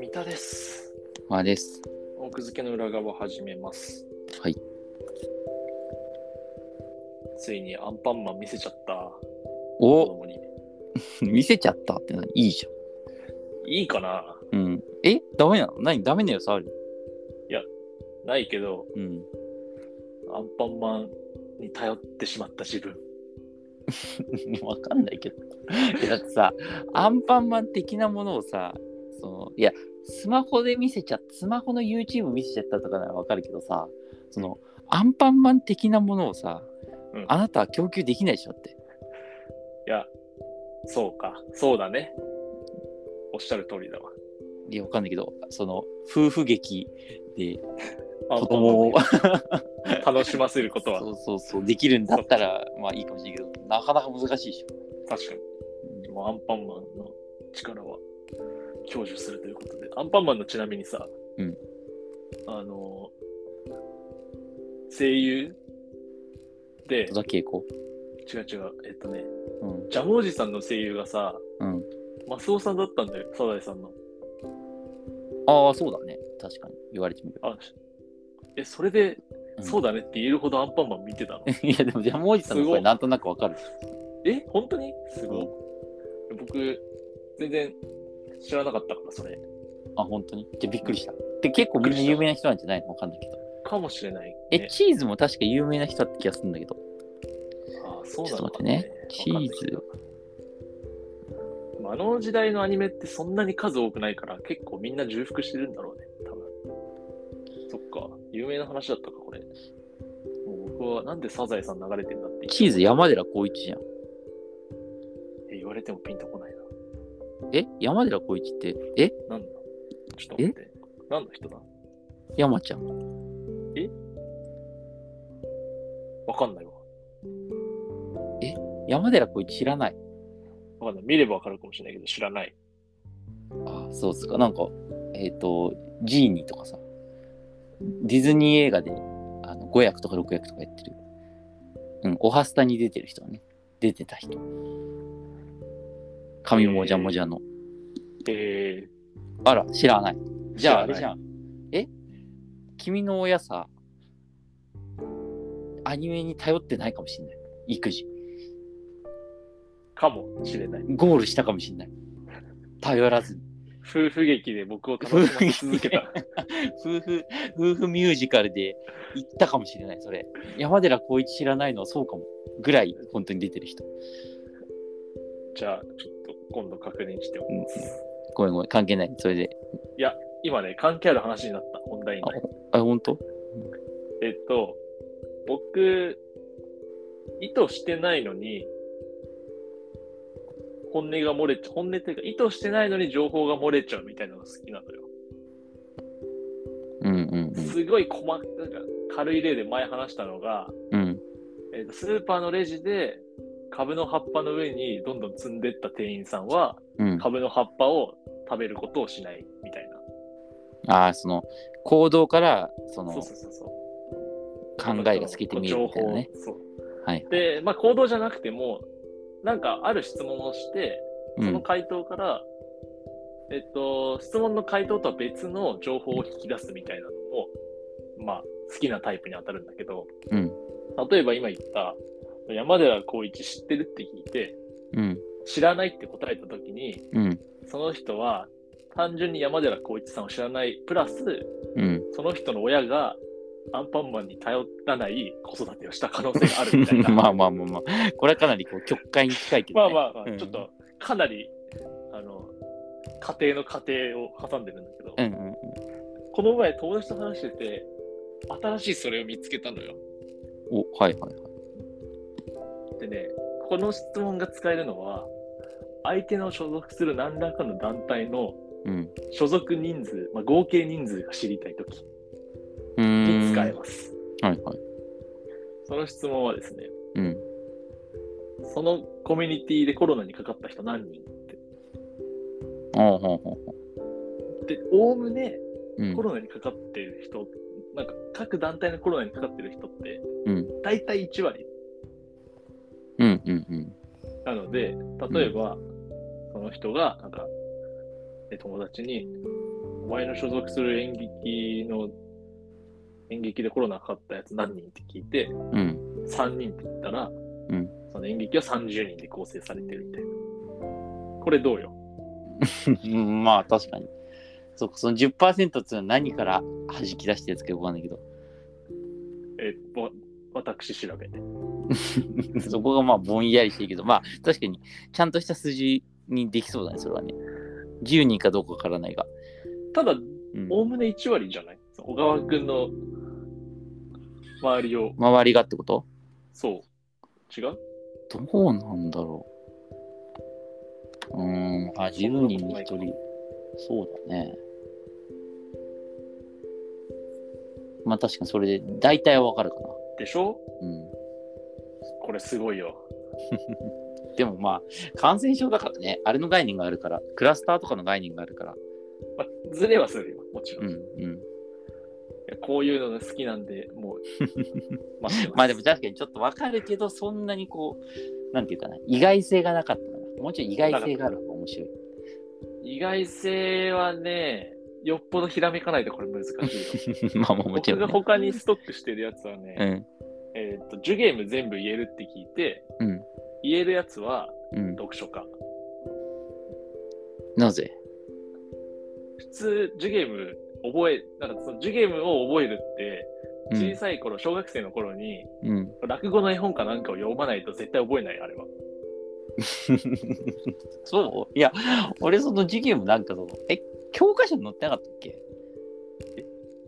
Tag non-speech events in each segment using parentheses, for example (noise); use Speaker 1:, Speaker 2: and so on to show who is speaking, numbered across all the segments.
Speaker 1: 三田です。
Speaker 2: まあです。
Speaker 1: 奥付けの裏側始めます。
Speaker 2: はい。
Speaker 1: ついにアンパンマン見せちゃった。子
Speaker 2: お
Speaker 1: 供に
Speaker 2: 見せちゃったって何いいじ
Speaker 1: いいかな
Speaker 2: ゃん。うん。えダメなの何ダメなやつある
Speaker 1: ないけど、
Speaker 2: うん。 (laughs)
Speaker 1: アンパンマンに頼ってしまった自分。
Speaker 2: わかんないけど。いやだってさ、アンパンマン的なものをさ、その、いや、スマホで見せちゃスマホの YouTube 見せちゃったとかならわかるけどさ、その、アンパンマン的なものをさ、
Speaker 1: うん
Speaker 2: あなたは供給できないでしょって。
Speaker 1: いや、そうか。そうだね。おっしゃる通りだわ。
Speaker 2: いや、わかんないけど、その、夫婦劇で
Speaker 1: アン
Speaker 2: 子
Speaker 1: パンマン
Speaker 2: 供を
Speaker 1: を楽しませることは
Speaker 2: (laughs) そうそうそう、できるんだったら、まあいいかもしれないけど、なかなか難しいでしょ。
Speaker 1: 確かに。でもアンパンマンの力は享受するということで。アンパンマンのちなみにさ、
Speaker 2: うん
Speaker 1: あの、声優で、
Speaker 2: 戸田恵子。
Speaker 1: 違う違う、えっとね、
Speaker 2: うん。
Speaker 1: ジャムおじさんの声優がさ、
Speaker 2: うん。
Speaker 1: マスオさんだったんだよ、サザエさんの。
Speaker 2: ああ、そうだね。確かに。言われてみる。
Speaker 1: あしえ、それで、
Speaker 2: うん
Speaker 1: そうだねって言えるほどアンパンマン見てたの
Speaker 2: (laughs) いや、でも、ジャムおじさんの
Speaker 1: すご
Speaker 2: 声
Speaker 1: い
Speaker 2: なんとなくわかる。
Speaker 1: え、本当にすごい。
Speaker 2: う
Speaker 1: 僕、全然知らなかったから、それ。
Speaker 2: あ、本当にじゃあびっくりした。で、結構みんな有名な人なんじゃないのわかんないけど。
Speaker 1: かもしれない、ね。
Speaker 2: え、チーズも確か有名な人だって気がするんだけど。
Speaker 1: ああそう
Speaker 2: ちょ
Speaker 1: な
Speaker 2: っと
Speaker 1: の
Speaker 2: 待
Speaker 1: か
Speaker 2: って
Speaker 1: ね
Speaker 2: ね。チーズ。
Speaker 1: まああの時代のアニメってそんなに数多くないから結構みんな重複してるんだろうね、多分。そっか、有名な話だったか、これ。もう僕はなんでサザエさん流れてんだって
Speaker 2: チーズ山寺宏一じゃん。
Speaker 1: え言われてもピンとこないな。
Speaker 2: え山寺宏一って、え
Speaker 1: なんだちょっと待って。何の人だ
Speaker 2: 山ちゃん。
Speaker 1: わかんないわ。
Speaker 2: 山寺宏一知らない。
Speaker 1: わかんない。見ればわかるかもしれないけど知らない。
Speaker 2: あ、そうっすか。なんか、えっ、と、ジーニーとかさ。ディズニー映画で、あの、5役とか6役とかやってる。うん、おはスタに出てる人ね。出てた人。髪もじゃもじゃの。
Speaker 1: え
Speaker 2: あら、知らない。
Speaker 1: ー、
Speaker 2: じゃあ、あ
Speaker 1: 知
Speaker 2: れ
Speaker 1: ら
Speaker 2: じ
Speaker 1: ない
Speaker 2: ゃん。え君の親さ、アニメに頼ってないかもしんない。育児。
Speaker 1: かもしれない。
Speaker 2: ゴールしたかもしんない。頼らずに。
Speaker 1: 夫婦劇で僕を楽しませ続けた。
Speaker 2: 夫婦、夫婦ミュージカルで行ったかもしれない、それ。山寺宏一知らないのはそうかも。ぐらい、本当に出てる人。
Speaker 1: じゃあ、ちょっと今度確認しておきます。
Speaker 2: ごめんごめん、関係ない。それで。
Speaker 1: 今ね、関係ある話になった、オンラインで。
Speaker 2: あ、本当
Speaker 1: えっと、僕、意図してないのに、本音が漏れちゃう、本音っていうか、意図してないのに情報が漏れちゃうみたいなのが好きなのよ。
Speaker 2: うんうん
Speaker 1: すごい細かなんか軽い例で前話したのが、
Speaker 2: うん。うん。
Speaker 1: えっと、スーパーのレジで、株の葉っぱの上にどんどん積んでった店員さんは、
Speaker 2: うん。
Speaker 1: 株の葉っぱを食べることをしないみたいな。
Speaker 2: ああ、その、行動から、その
Speaker 1: そう、そうそうそう。
Speaker 2: 考えが透けて見えるみたいなね。。
Speaker 1: そう
Speaker 2: はい。
Speaker 1: で、まあ、行動じゃなくても、なんかある質問をして、
Speaker 2: う
Speaker 1: その
Speaker 2: ん。
Speaker 1: 回答から、えっと、質問の回答とは別の情報を引き出すみたいなのも、まあ、好きなタイプに当たるんだけど、
Speaker 2: うん。
Speaker 1: 例えば今言った、山寺宏一知ってるって聞いて、
Speaker 2: うん。
Speaker 1: 知らないって答えたときに、
Speaker 2: うん。
Speaker 1: その人は、単純に山寺宏一さんを知らない、プラス、
Speaker 2: うん。
Speaker 1: その人の親がアンパンマンに頼らない子育てをした可能性があるみたいな。
Speaker 2: (laughs)
Speaker 1: (laughs)
Speaker 2: まあまあまあまあ。これはかなりこう極快に近いけど、
Speaker 1: まあ
Speaker 2: ね。
Speaker 1: まあまあ、
Speaker 2: うん
Speaker 1: ちょっとかなりあの家庭の家庭を挟んでるんだけど、
Speaker 2: うんうん
Speaker 1: この前友達と話してて新しいそれを見つけたのよ。
Speaker 2: うん。お、はいはいはい。
Speaker 1: でねこの質問が使えるのは相手の所属する何らかの団体の
Speaker 2: うん。
Speaker 1: 所属人数、まあ、合計人数が知りたいとき
Speaker 2: うー
Speaker 1: に
Speaker 2: ん。
Speaker 1: 使え
Speaker 2: はい
Speaker 1: ます。
Speaker 2: はい。
Speaker 1: その質問はですね、
Speaker 2: うん。
Speaker 1: そのコミュニティでコロナにかかった人何人って。
Speaker 2: ほうほうほうほ
Speaker 1: で、おおむね
Speaker 2: う。うん
Speaker 1: コ。ロナにかかってる人、なんか各団体のコロナにかかってる人って、
Speaker 2: うん
Speaker 1: 大体1割。
Speaker 2: うんうんうん。
Speaker 1: なので、例えば、その人が、なんか、え友達に、お前の所属する演劇の、演劇でコロナかかったやつ何人って聞いて、
Speaker 2: うん。
Speaker 1: 3人って言ったら、
Speaker 2: ん
Speaker 1: その演劇は30人で構成されてるみたいな。これどうよ
Speaker 2: うんまあ確かに。そっかその10%っていうのは何から弾き出してるんですかよくわかんないけ (laughs) ど。
Speaker 1: えわ私調べ。
Speaker 2: そこがまあぼんやりしてるけど、まあ確かにちゃんとした数字にできそうだね、それはね。10人かどうかわからないが。
Speaker 1: ただ、
Speaker 2: うん
Speaker 1: おおむね1割じゃないその小川くんの周りを、
Speaker 2: 周りがってこと
Speaker 1: そう。違う
Speaker 2: どうなんだろう。うーん、あ、10人に1
Speaker 1: そんなことない
Speaker 2: 人。そうだね。まあ確かにそれで大体はわかるかな。
Speaker 1: でしょ
Speaker 2: うん。
Speaker 1: これすごいよ。
Speaker 2: でもまあ、感染症だからね、あれの概念があるから、クラスターとかの概念があるから、
Speaker 1: まあ、ずれはするよ、もちろん。
Speaker 2: うん
Speaker 1: い
Speaker 2: うん。
Speaker 1: やこういうのが好きなんで、
Speaker 2: (laughs)
Speaker 1: もう、待ってす
Speaker 2: まあでも、確かにちょっとわかるけど、そんなにこう、なんていうかな、意外性がなかったかな。もうちょい意外性がある方が面白い。
Speaker 1: 意外性はね、よっぽどひらめかないとこれ難しいよ。
Speaker 2: (laughs) まあまあ (laughs) もち
Speaker 1: 僕が
Speaker 2: ろん、ね。
Speaker 1: 他にストックしてるやつはね、
Speaker 2: うん。
Speaker 1: えーっと、ジュゲーム全部言えるって聞いて、
Speaker 2: うん。
Speaker 1: 言えるやつは
Speaker 2: うん。
Speaker 1: 読書家。
Speaker 2: なぜ
Speaker 1: 普通、ジュゲーム覚え、なんかそのジュゲームを覚えるって、
Speaker 2: う
Speaker 1: 小
Speaker 2: ん。
Speaker 1: さい頃、小学生の頃に、
Speaker 2: うん。
Speaker 1: 落語の絵本かなんかを読まないと絶対覚えない、あれは。
Speaker 2: そういや、俺その授業もなんかその、え、教科書に載ってなかったっけ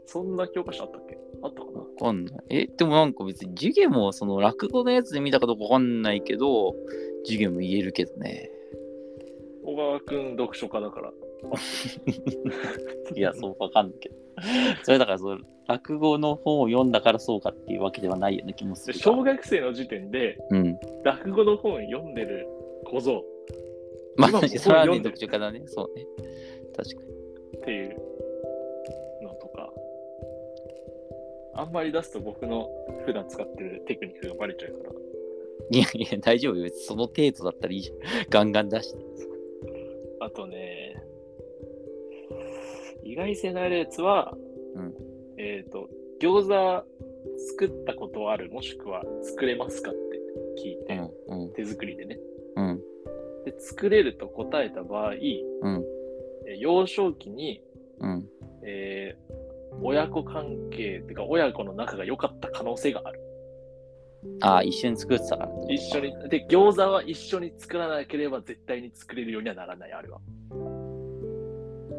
Speaker 1: そんな教科書あったっけあったかな
Speaker 2: わかんない。え、でもなんか別に授業もその落語のやつで見たかどうかわかんないけど、授業も言えるけどね。
Speaker 1: 小川くん読書家だから。
Speaker 2: いや、そうわかんないけど。 (laughs) それだからその、落語の本を読んだからそうかっていうわけではないような気もす
Speaker 1: で
Speaker 2: るが。
Speaker 1: 小学生の時点で
Speaker 2: うん。
Speaker 1: 落語の本読んでる小僧
Speaker 2: まあ、
Speaker 1: 今も
Speaker 2: それは
Speaker 1: 本
Speaker 2: ね、
Speaker 1: 読んでる
Speaker 2: 読書家だね。そうね。確かに。
Speaker 1: っていうのとか、あんまり出すと僕の普段使ってるテクニックがバレちゃうから、
Speaker 2: いやいや、大丈夫よ。その程度だったらいいじゃん。 (laughs) ガンガン出して。
Speaker 1: あとね、意外性のあるやつは、
Speaker 2: うん
Speaker 1: えっ、と、餃子作ったことある、もしくは作れますかって聞いて、
Speaker 2: うん。
Speaker 1: 手作りでね。
Speaker 2: うん。
Speaker 1: で、作れると答えた場合、
Speaker 2: うん。
Speaker 1: えー幼少期に、
Speaker 2: うん。
Speaker 1: えー親子関係っていうか親子の仲が良かった可能性がある。
Speaker 2: ああ、一緒に作ってたから。
Speaker 1: 一緒。に、で、餃子は一緒に作らなければ絶対に作れるようにはならない、あれは。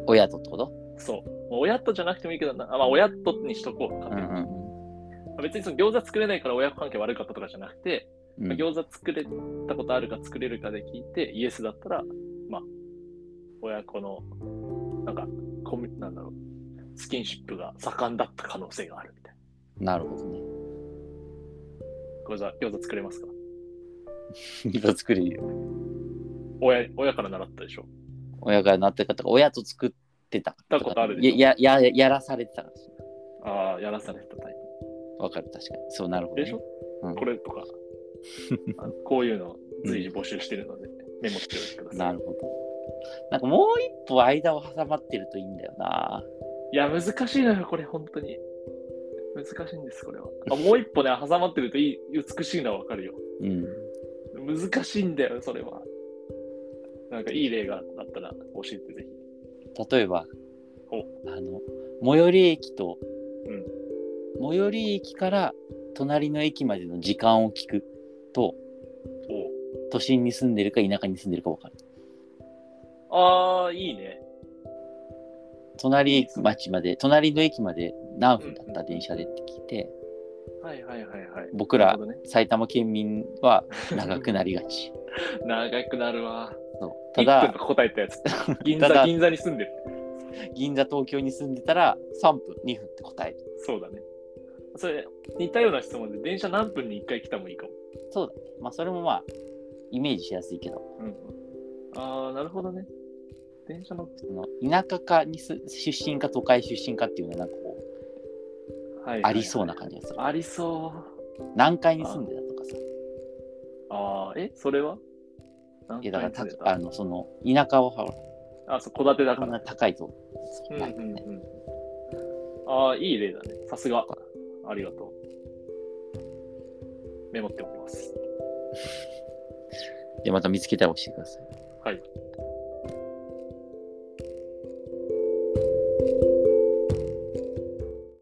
Speaker 2: 親とってこと
Speaker 1: そう。もう親とじゃなくてもいいけどな、あまあ、親とにしとこう勝
Speaker 2: う
Speaker 1: 手
Speaker 2: ん
Speaker 1: に。
Speaker 2: うん
Speaker 1: 別にその餃子作れないから親子関係悪かったとかじゃなくて、
Speaker 2: うん。うん
Speaker 1: 餃子作れたことあるか作れるかで聞いて、イエスだったら、まあ、親子の、なんか、コミュなんだろう、スキンシップが盛んだった可能性があるみたいな。
Speaker 2: なるほどね。
Speaker 1: 餃子、餃子作れますか
Speaker 2: 今作れるよ。
Speaker 1: 親親から習ったでしょ。
Speaker 2: 親からなってる方が親と作ってた。
Speaker 1: たことあるでしょ
Speaker 2: いや、や、ややらされてたから。
Speaker 1: ああ、やらされたタイ
Speaker 2: わかる、確かに。そう、なるほ
Speaker 1: プ
Speaker 2: ど、
Speaker 1: で
Speaker 2: ね
Speaker 1: しょ。、
Speaker 2: うん
Speaker 1: これと
Speaker 2: (laughs)
Speaker 1: か、あのこういうの随時募集してるので、メモしておいてくださ。
Speaker 2: ないるほど。なんかもう一歩間を挟まってるといいんだよな。
Speaker 1: いや、難しいのよ、これ、本当に。難しいんです、これは。あもう一歩ね、挟まってるといい、美しいのはわかるよ。
Speaker 2: うん。
Speaker 1: 難しいんだよ、それは。なんかいい例があったら教えてぜひ。
Speaker 2: 例えば、
Speaker 1: お
Speaker 2: あの、最寄り駅と、
Speaker 1: うん
Speaker 2: 最寄り駅から隣の駅までの時間を聞くと、都心に住んでるか田舎に住んでるかわかる。
Speaker 1: おあー、いいね。
Speaker 2: 隣駅町まで、隣の駅まで何分だった電車でって聞いて、
Speaker 1: はいはいはいはい。
Speaker 2: 僕
Speaker 1: な
Speaker 2: ら
Speaker 1: るほどね、
Speaker 2: 埼玉県民は長くなりがち。
Speaker 1: 長くなるわ。
Speaker 2: そうた
Speaker 1: ただ、1分 (laughs)
Speaker 2: だ
Speaker 1: と、か答えたや
Speaker 2: (laughs)
Speaker 1: つ。銀
Speaker 2: た
Speaker 1: 座、
Speaker 2: だ
Speaker 1: 銀座に住んでる。
Speaker 2: 銀座東京に住んでたら3分、2分って答える。
Speaker 1: そうだね。それ、似たような質問で、電車何分に1回来たもいいかも。
Speaker 2: そうだね。まあそれもまあ、イメージしやすいけど、
Speaker 1: うん、ああ、なるほどね。電車の。
Speaker 2: その田舎かにす出身か都会出身かっていうのはなんかこう、
Speaker 1: はい
Speaker 2: ありそうな感じがする。
Speaker 1: ありそう。
Speaker 2: 南海に住んでたとかさ。
Speaker 1: ああ、え、それは何
Speaker 2: いやだから
Speaker 1: 回住んで
Speaker 2: たあのその田舎はほら
Speaker 1: たあ、そう、戸建てだ
Speaker 2: こ
Speaker 1: か
Speaker 2: ん
Speaker 1: ら。
Speaker 2: な高いぞ。
Speaker 1: うん
Speaker 2: な
Speaker 1: うん
Speaker 2: か
Speaker 1: ん
Speaker 2: ね
Speaker 1: うん。ああ、いい例だね。さすが。ありがとう。メモっておきます。
Speaker 2: でまた見つけたら教えてください。
Speaker 1: はい。